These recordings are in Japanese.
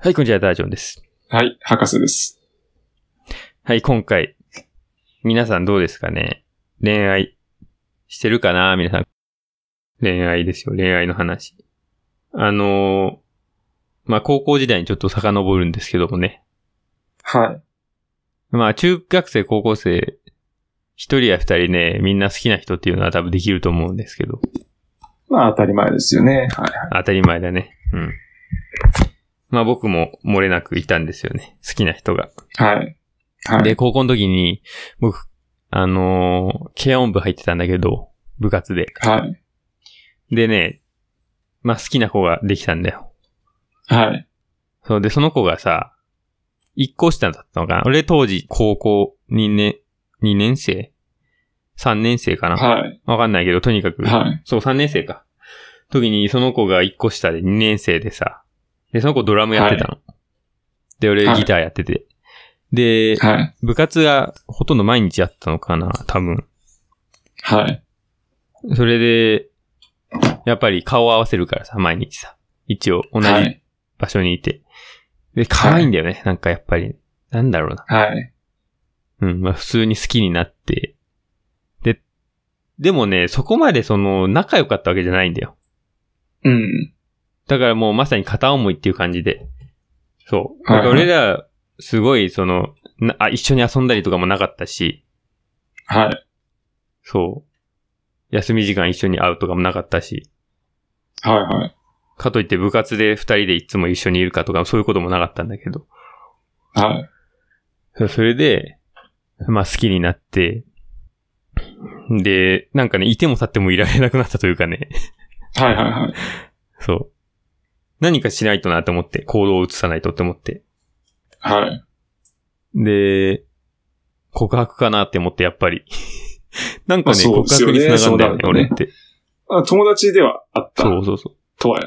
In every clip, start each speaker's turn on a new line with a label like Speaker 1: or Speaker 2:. Speaker 1: はい、こんにちは、ダージョンです。
Speaker 2: はい、博士です。
Speaker 1: はい、今回、皆さんどうですかね恋愛してるかな皆さん。恋愛ですよ、恋愛の話。あのーまあ、高校時代にちょっと遡るんですけどもね。
Speaker 2: はい。
Speaker 1: まあ、中学生、高校生、一人や二人ね、みんな好きな人っていうのは多分できると思うんですけど。
Speaker 2: まあ当たり前ですよね。はいはい。
Speaker 1: 当たり前だね。うん。まあ僕も漏れなくいたんですよね。好きな人が。
Speaker 2: はい。はい。
Speaker 1: で、高校の時に、僕、あのー軽音部入ってたんだけど、部活で。
Speaker 2: はい。
Speaker 1: でね、まあ好きな子ができたんだよ。
Speaker 2: はい。
Speaker 1: そうで、その子がさ、一個下だったのかな俺当時高校2年、2年生 ?3 年生かなわ、
Speaker 2: はい。
Speaker 1: かんないけど、とにかく、
Speaker 2: はい。
Speaker 1: そう、3年生か。時に、その子が1個下で2年生でさ。で、その子ドラムやってたの。で、俺
Speaker 2: はい
Speaker 1: ギターやってて。で、
Speaker 2: はい。
Speaker 1: 部活がほとんど毎日やったのかな多分。
Speaker 2: はい。
Speaker 1: それで、やっぱり顔合わせるからさ、毎日さ。一応、同じ
Speaker 2: はい。
Speaker 1: 場所にいて。で、可愛いんだよね。なんかやっぱり、なんだろうな。
Speaker 2: はい。
Speaker 1: うん、まあ普通に好きになって。で、でもね、そこまでその、仲良かったわけじゃないんだよ。
Speaker 2: うん。
Speaker 1: だからもうまさに片思いっていう感じで。そう。
Speaker 2: は
Speaker 1: だ
Speaker 2: い
Speaker 1: から俺ら、すごい、その、なあ、一緒に遊んだりとかもなかったし、
Speaker 2: はい。
Speaker 1: そう。休み時間一緒に会うとかもなかったし、
Speaker 2: はい。はい。
Speaker 1: かといって部活で二人でいつも一緒にいるかとか、そういうこともなかったんだけど。
Speaker 2: はい。
Speaker 1: そうそれで、まあ好きになって、で、なんかね、いても立ってもいられなくなったというかね、
Speaker 2: はい。はい。はい。
Speaker 1: そう。何かしないとなと思って、行動を移さないとって思って。
Speaker 2: はい。
Speaker 1: で、告白かなって思って、やっぱり。 なんか
Speaker 2: まあ
Speaker 1: ね、
Speaker 2: そ
Speaker 1: 告
Speaker 2: うですよ
Speaker 1: 白に
Speaker 2: ね
Speaker 1: 繋がんだよね、
Speaker 2: そうな
Speaker 1: 俺
Speaker 2: る
Speaker 1: っ
Speaker 2: と
Speaker 1: て。
Speaker 2: あ友達ではあった。
Speaker 1: そうそうそ
Speaker 2: とは。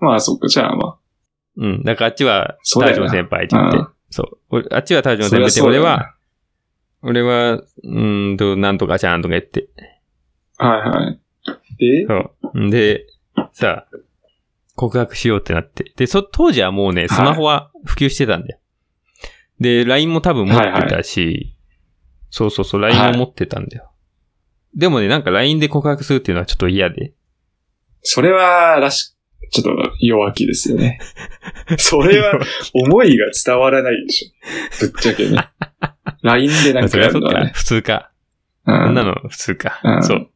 Speaker 2: まあ、そっか。じゃあ、ま
Speaker 1: う。うん。だからあっちは、
Speaker 2: そうだ
Speaker 1: 大
Speaker 2: よ
Speaker 1: 丈
Speaker 2: な
Speaker 1: 夫先輩って言って
Speaker 2: うん。
Speaker 1: そう。俺あっちは大丈夫
Speaker 2: あ。
Speaker 1: 先輩って、俺
Speaker 2: よね
Speaker 1: は、。俺は、うーんと、なんとかちゃんとか言って。
Speaker 2: はい。はい。で、
Speaker 1: そう。で、さあ、告白しようってなって。で、そ、当時はもうね、スマホは普及してたんだよ。で、LINE も多分持ってたし、そうそうそう、LINE も持ってたんだよ。でもね、なんか LINE で告白するっていうのはちょっと嫌で。
Speaker 2: それは、らし、ちょっと弱気ですよ ね。それは、思いが伝わらないでしょ。ぶっちゃ けね。LINE でなん
Speaker 1: そ
Speaker 2: か
Speaker 1: り
Speaker 2: や
Speaker 1: ゃそっ
Speaker 2: るのは
Speaker 1: か
Speaker 2: ね。。
Speaker 1: 普通か。
Speaker 2: うん
Speaker 1: あんなの普通か。
Speaker 2: うん
Speaker 1: そう。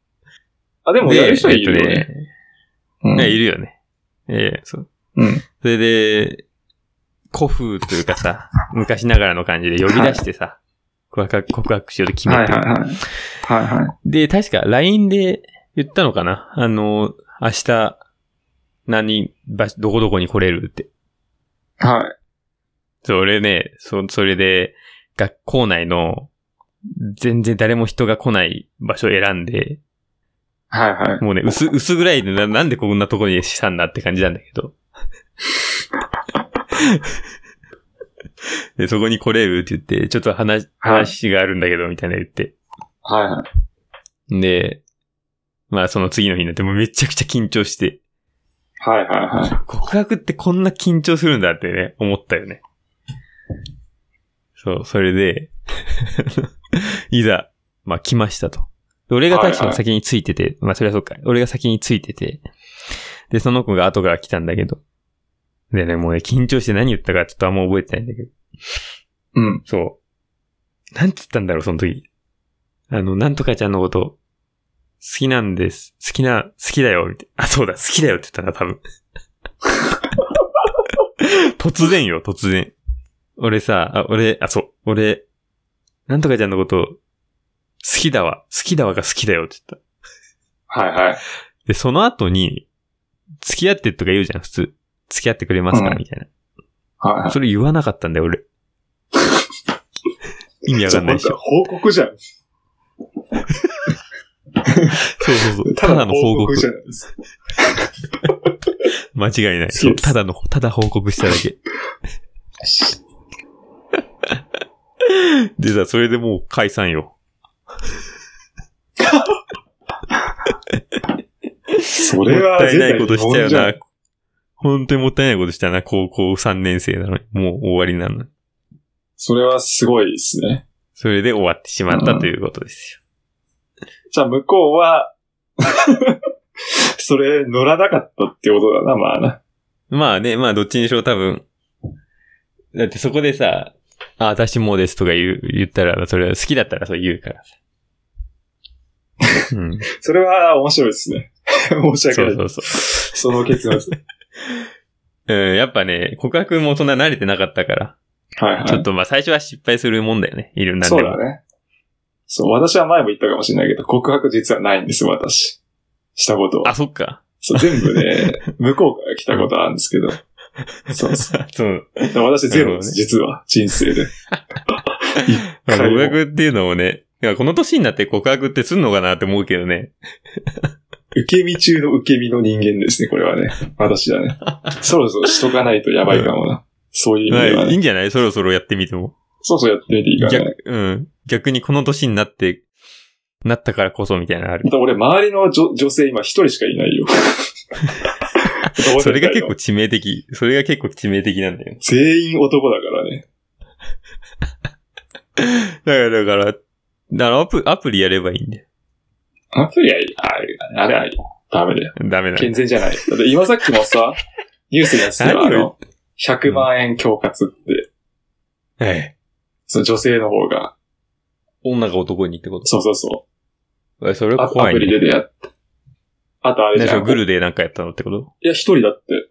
Speaker 2: あ、でもやる人はいるよ
Speaker 1: えっと
Speaker 2: ね。
Speaker 1: ね
Speaker 2: うん
Speaker 1: いやいるよね。ええそう。
Speaker 2: うん。
Speaker 1: それで、古風というかさ、昔ながらの感じで呼び出してさ、告白告白しようと決め
Speaker 2: はいはい
Speaker 1: て。
Speaker 2: はい。はいはい。
Speaker 1: で、確か LINE で言ったのかなあの、明日、何、場所、どこどこに来れるって。
Speaker 2: はい。
Speaker 1: そう、俺ね、そ、それで、学校内の、全然誰も人が来ない場所を選んで、
Speaker 2: はいはい。
Speaker 1: もうね、薄、薄ぐらいでな、なんでこんなとこにしたんだって感じなんだけど。で、そこに来れるって言って、ちょっと話、
Speaker 2: はい
Speaker 1: 話があるんだけど、みたいな言って。
Speaker 2: はいはい。
Speaker 1: で、まあその次の日になって、もうめちゃくちゃ緊張して。
Speaker 2: はいはいはい。
Speaker 1: 告白ってこんな緊張するんだってね、思ったよね。そう、それで、 いざ、まあ来ましたと。で俺が確
Speaker 2: はい
Speaker 1: か
Speaker 2: はい
Speaker 1: 先についてて、まあそれはそうか、俺が先についてて、で、その子が後から来たんだけど、でね、もうね、緊張して何言ったかちょっとあんま覚えてないんだけど、
Speaker 2: うん。
Speaker 1: そう。なんつったんだろう、その時。あの、なんとかちゃんのこと、好きなんです。好きな、好きだよ、みたいな。あ、そうだ、好きだよって言ったな、多 分。突然よ、突然。俺さ、あ、俺、あ、そう、俺、なんとかちゃんのこと、好きだわ、好きだわが好きだよって言った。
Speaker 2: はいはい。
Speaker 1: で、その後に、付き合ってとか言うじゃん、普通。付き合ってくれますか、
Speaker 2: うん
Speaker 1: みたい
Speaker 2: はいは
Speaker 1: な。
Speaker 2: い。
Speaker 1: それ言わなかったんだよ、 俺。意味わかんないでしょ
Speaker 2: ちょ。報告じゃん。
Speaker 1: そうそうそう。た
Speaker 2: た
Speaker 1: だ
Speaker 2: だ
Speaker 1: の
Speaker 2: の
Speaker 1: 報
Speaker 2: 報
Speaker 1: 告
Speaker 2: 告。じゃないですか。
Speaker 1: 間違いない。
Speaker 2: そ
Speaker 1: そうう。
Speaker 2: です
Speaker 1: ただの、ただ報告しただ け。でさ、それでもう解散よ。
Speaker 2: それは
Speaker 1: もったいないことしちゃうな。本当にもったいないことしたな、高校3年生なのに。もう終わりなのに。
Speaker 2: それはすごいですね。
Speaker 1: それで終わってしまったということです
Speaker 2: じゃあ向こうは、それ乗らなかったってことだな、まあな。
Speaker 1: よ。まあね、まあどっちにしろ多分。だってそこでさ、あ、私もですとか言う言ったら、それは好きだったらそう言うから さ。うん。
Speaker 2: それは面白いですね。 申し訳
Speaker 1: そ
Speaker 2: な
Speaker 1: う
Speaker 2: い。
Speaker 1: そ
Speaker 2: そう
Speaker 1: そう。
Speaker 2: の結末。はい
Speaker 1: うん、やっぱね、告白もそんな慣れてなかったから。
Speaker 2: はい。
Speaker 1: ちょっとまあ最初は失敗するもんだよね。いるんなん
Speaker 2: そ
Speaker 1: で
Speaker 2: う
Speaker 1: も
Speaker 2: だ。ね。そう、私は前も言ったかもしれないけど、告白実はないんです、私。したことは。
Speaker 1: あ、そっか。
Speaker 2: そう全部ね、 向こうから来たことあるんですけど。そうそう。
Speaker 1: そう。
Speaker 2: でも私ゼロです、
Speaker 1: な
Speaker 2: 実は、人生で。
Speaker 1: まあ
Speaker 2: 彼も
Speaker 1: 告白っていうのもね、いやこの年になって告白ってすんのかなって思うけどね。
Speaker 2: 受け身中の受け身の人間ですね、これはね。私だね。そろそろしとかないとやばいかもな。そういう意
Speaker 1: まあ
Speaker 2: 味では、
Speaker 1: いい
Speaker 2: ね。
Speaker 1: んじゃないそろそろやってみても。
Speaker 2: そうそうやってみていいからね。
Speaker 1: 逆、うん。逆にこの年になって、なったからこそみたいなのある
Speaker 2: だ。から俺、周りの女女性今一人しかいないよ。
Speaker 1: それが結構致命的。それが結構致命的なんだよね。
Speaker 2: 全員男だからね。
Speaker 1: だから、だから、だからアプアプリやればいいんだよ。
Speaker 2: アプリはいい。あれ、あれはいい。ダメだよ。
Speaker 1: ダメだ。
Speaker 2: 健全じゃない。だって今さっきもさ、ニュースのやつではあ
Speaker 1: 何
Speaker 2: の、100万円恐喝って、
Speaker 1: はい。
Speaker 2: その女性の方が、
Speaker 1: 女が男にってこ
Speaker 2: そうそうそ
Speaker 1: と。それ
Speaker 2: う、ア
Speaker 1: は
Speaker 2: ア
Speaker 1: 怖い、
Speaker 2: プ
Speaker 1: ね。
Speaker 2: リで出会って。あとあれ
Speaker 1: ね
Speaker 2: じ
Speaker 1: そ
Speaker 2: ゃ
Speaker 1: れ
Speaker 2: ん。
Speaker 1: グルでなんかやったのってこと
Speaker 2: いや、一人だって。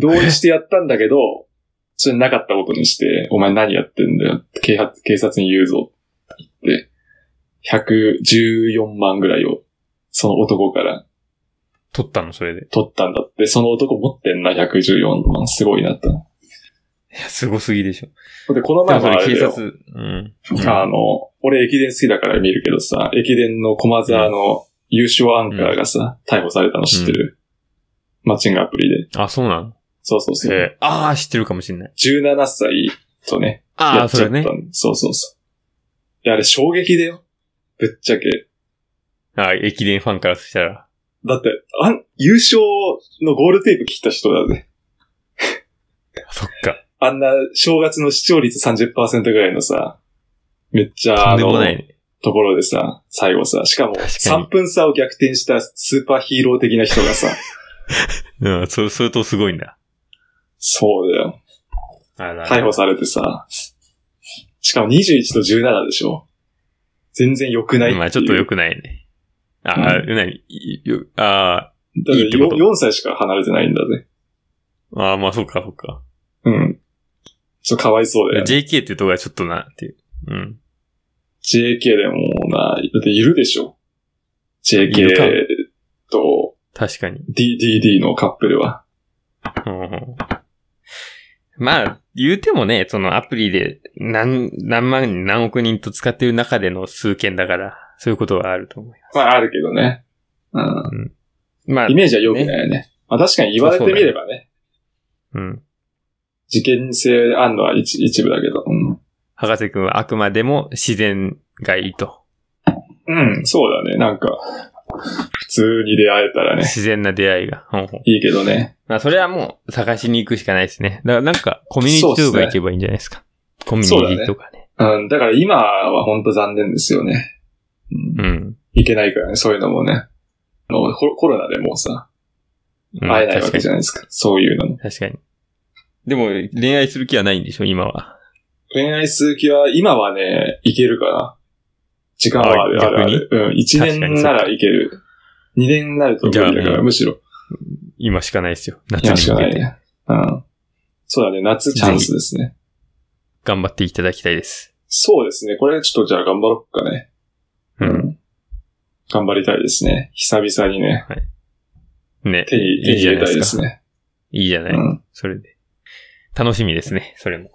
Speaker 2: 同意してやったんだけど、 それなかったことにして、お前何やってんだよって警察、警察に言うぞって言って、114万ぐらいを、その男から
Speaker 1: 取ったのそれで。
Speaker 2: 取ったんだって、その男持ってんな、114万。すごいなって。
Speaker 1: いや、すごすぎでしょ。
Speaker 2: で、この
Speaker 1: で
Speaker 2: 前
Speaker 1: もそ
Speaker 2: もあ
Speaker 1: れ
Speaker 2: れ
Speaker 1: 警
Speaker 2: だよ
Speaker 1: 察、うん。
Speaker 2: あの、俺駅伝好きだから見るけどさ、駅伝の駒沢の優勝アンカーがさ、逮捕されたの知ってる、マッチングアプリで。
Speaker 1: あ、そうなの
Speaker 2: そうそうそう。
Speaker 1: えーああ、知ってるかもしれない。
Speaker 2: 17歳とね、
Speaker 1: あ
Speaker 2: や
Speaker 1: あ、
Speaker 2: っち
Speaker 1: そ
Speaker 2: ゃっ
Speaker 1: れ
Speaker 2: たん
Speaker 1: ね。
Speaker 2: そうそうそう。いや、あれ衝撃だよ。ぶっちゃけ。
Speaker 1: ああ、駅伝ファンからしたら。
Speaker 2: だって、あん、優勝のゴールテープ切った人だぜ。
Speaker 1: そっか。
Speaker 2: あんな正月の視聴率30%ぐらいのさ、めっちゃ
Speaker 1: と
Speaker 2: あ
Speaker 1: んで
Speaker 2: の
Speaker 1: も、ないね。
Speaker 2: ところでさ、最後さ、しかも
Speaker 1: 確かに
Speaker 2: 3分差を逆転したスーパーヒーロー的な人がさ、
Speaker 1: うん、そ、相当すごいんだ。
Speaker 2: そうだよ。逮捕されてさ、しかも21と17でしょ全然良くないっていう
Speaker 1: まあ、ちょっと良くないね。ああ、
Speaker 2: う
Speaker 1: なに、いよあ
Speaker 2: だから
Speaker 1: いいってこと
Speaker 2: よ4歳しか離れてないんだぜ。
Speaker 1: あ、ああ、まあ、そうか、そうか。
Speaker 2: うん。ちょっとかわいそうだよね。
Speaker 1: JK っていうとこがちょっとな、っていう。うん。
Speaker 2: JK でもな、だっているでしょ。
Speaker 1: いるか
Speaker 2: JK と
Speaker 1: 確かに。
Speaker 2: DDD のカップルは。
Speaker 1: うんまあ、言うてもね、そのアプリで何、何万人、何億人と使ってる中での数件だから、そういうことはあると思うよ。
Speaker 2: まああるけどね。うん。
Speaker 1: まあ
Speaker 2: イ、メージは良くないよね。まあ確かに言われてみればね。
Speaker 1: うん。
Speaker 2: 事件性あんのは一一部だけど。うん。
Speaker 1: 博士くんはあくまでも自然がいいと。
Speaker 2: うん、そうだね。なんか、普通に出会えたらね、
Speaker 1: 自然な出会いが。ほんほん
Speaker 2: いいけどね。
Speaker 1: まあ、それはもう探しに行くしかないですね。だからなんか、コミュニティとか行けばいいんじゃないですか。コミュニティとかね。
Speaker 2: うん、だから今は本当残念ですよね。うん
Speaker 1: う。ん。
Speaker 2: いけないからね、そういうのもね。あのコロコロナでもうさ、
Speaker 1: うん
Speaker 2: 会えないわけじゃないですか。そういうのも。
Speaker 1: 確かに。確かにでも、恋愛する気はないんでしょ、今は。
Speaker 2: 恋愛続きは、今はね、いけるかな。時間はある、
Speaker 1: あ
Speaker 2: ある、ある。うん、1
Speaker 1: 確かに
Speaker 2: 年ならいける。2年になると無理だ
Speaker 1: じ
Speaker 2: か
Speaker 1: ゃあ
Speaker 2: ら、むしろ。
Speaker 1: 今しかないですよ。夏
Speaker 2: 今し
Speaker 1: に
Speaker 2: か
Speaker 1: 向
Speaker 2: な
Speaker 1: け
Speaker 2: い
Speaker 1: て。
Speaker 2: ね。うん。そうだね、夏チャンスですね。
Speaker 1: 頑張っていただきたいです。
Speaker 2: そうですね、これちょっとじゃあ頑張ろうかね。
Speaker 1: うん。
Speaker 2: 頑張りたいですね。久々にね、
Speaker 1: ね。
Speaker 2: 手に、手に入れたいですね。
Speaker 1: いいじゃない。
Speaker 2: うん。
Speaker 1: それで。楽しみですね、それも。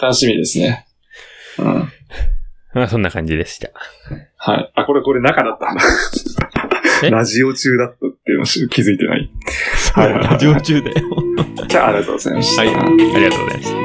Speaker 2: 楽しみですね。うん。
Speaker 1: まあ、そんな感じでした。
Speaker 2: はい。あ、これ、これ中だったんだ
Speaker 1: え
Speaker 2: ラジオ中だったっていうの気づいてない。はいはいはい
Speaker 1: 常駐だよ。
Speaker 2: じゃあ、ありがとうございました。
Speaker 1: はい。ありがとうございました。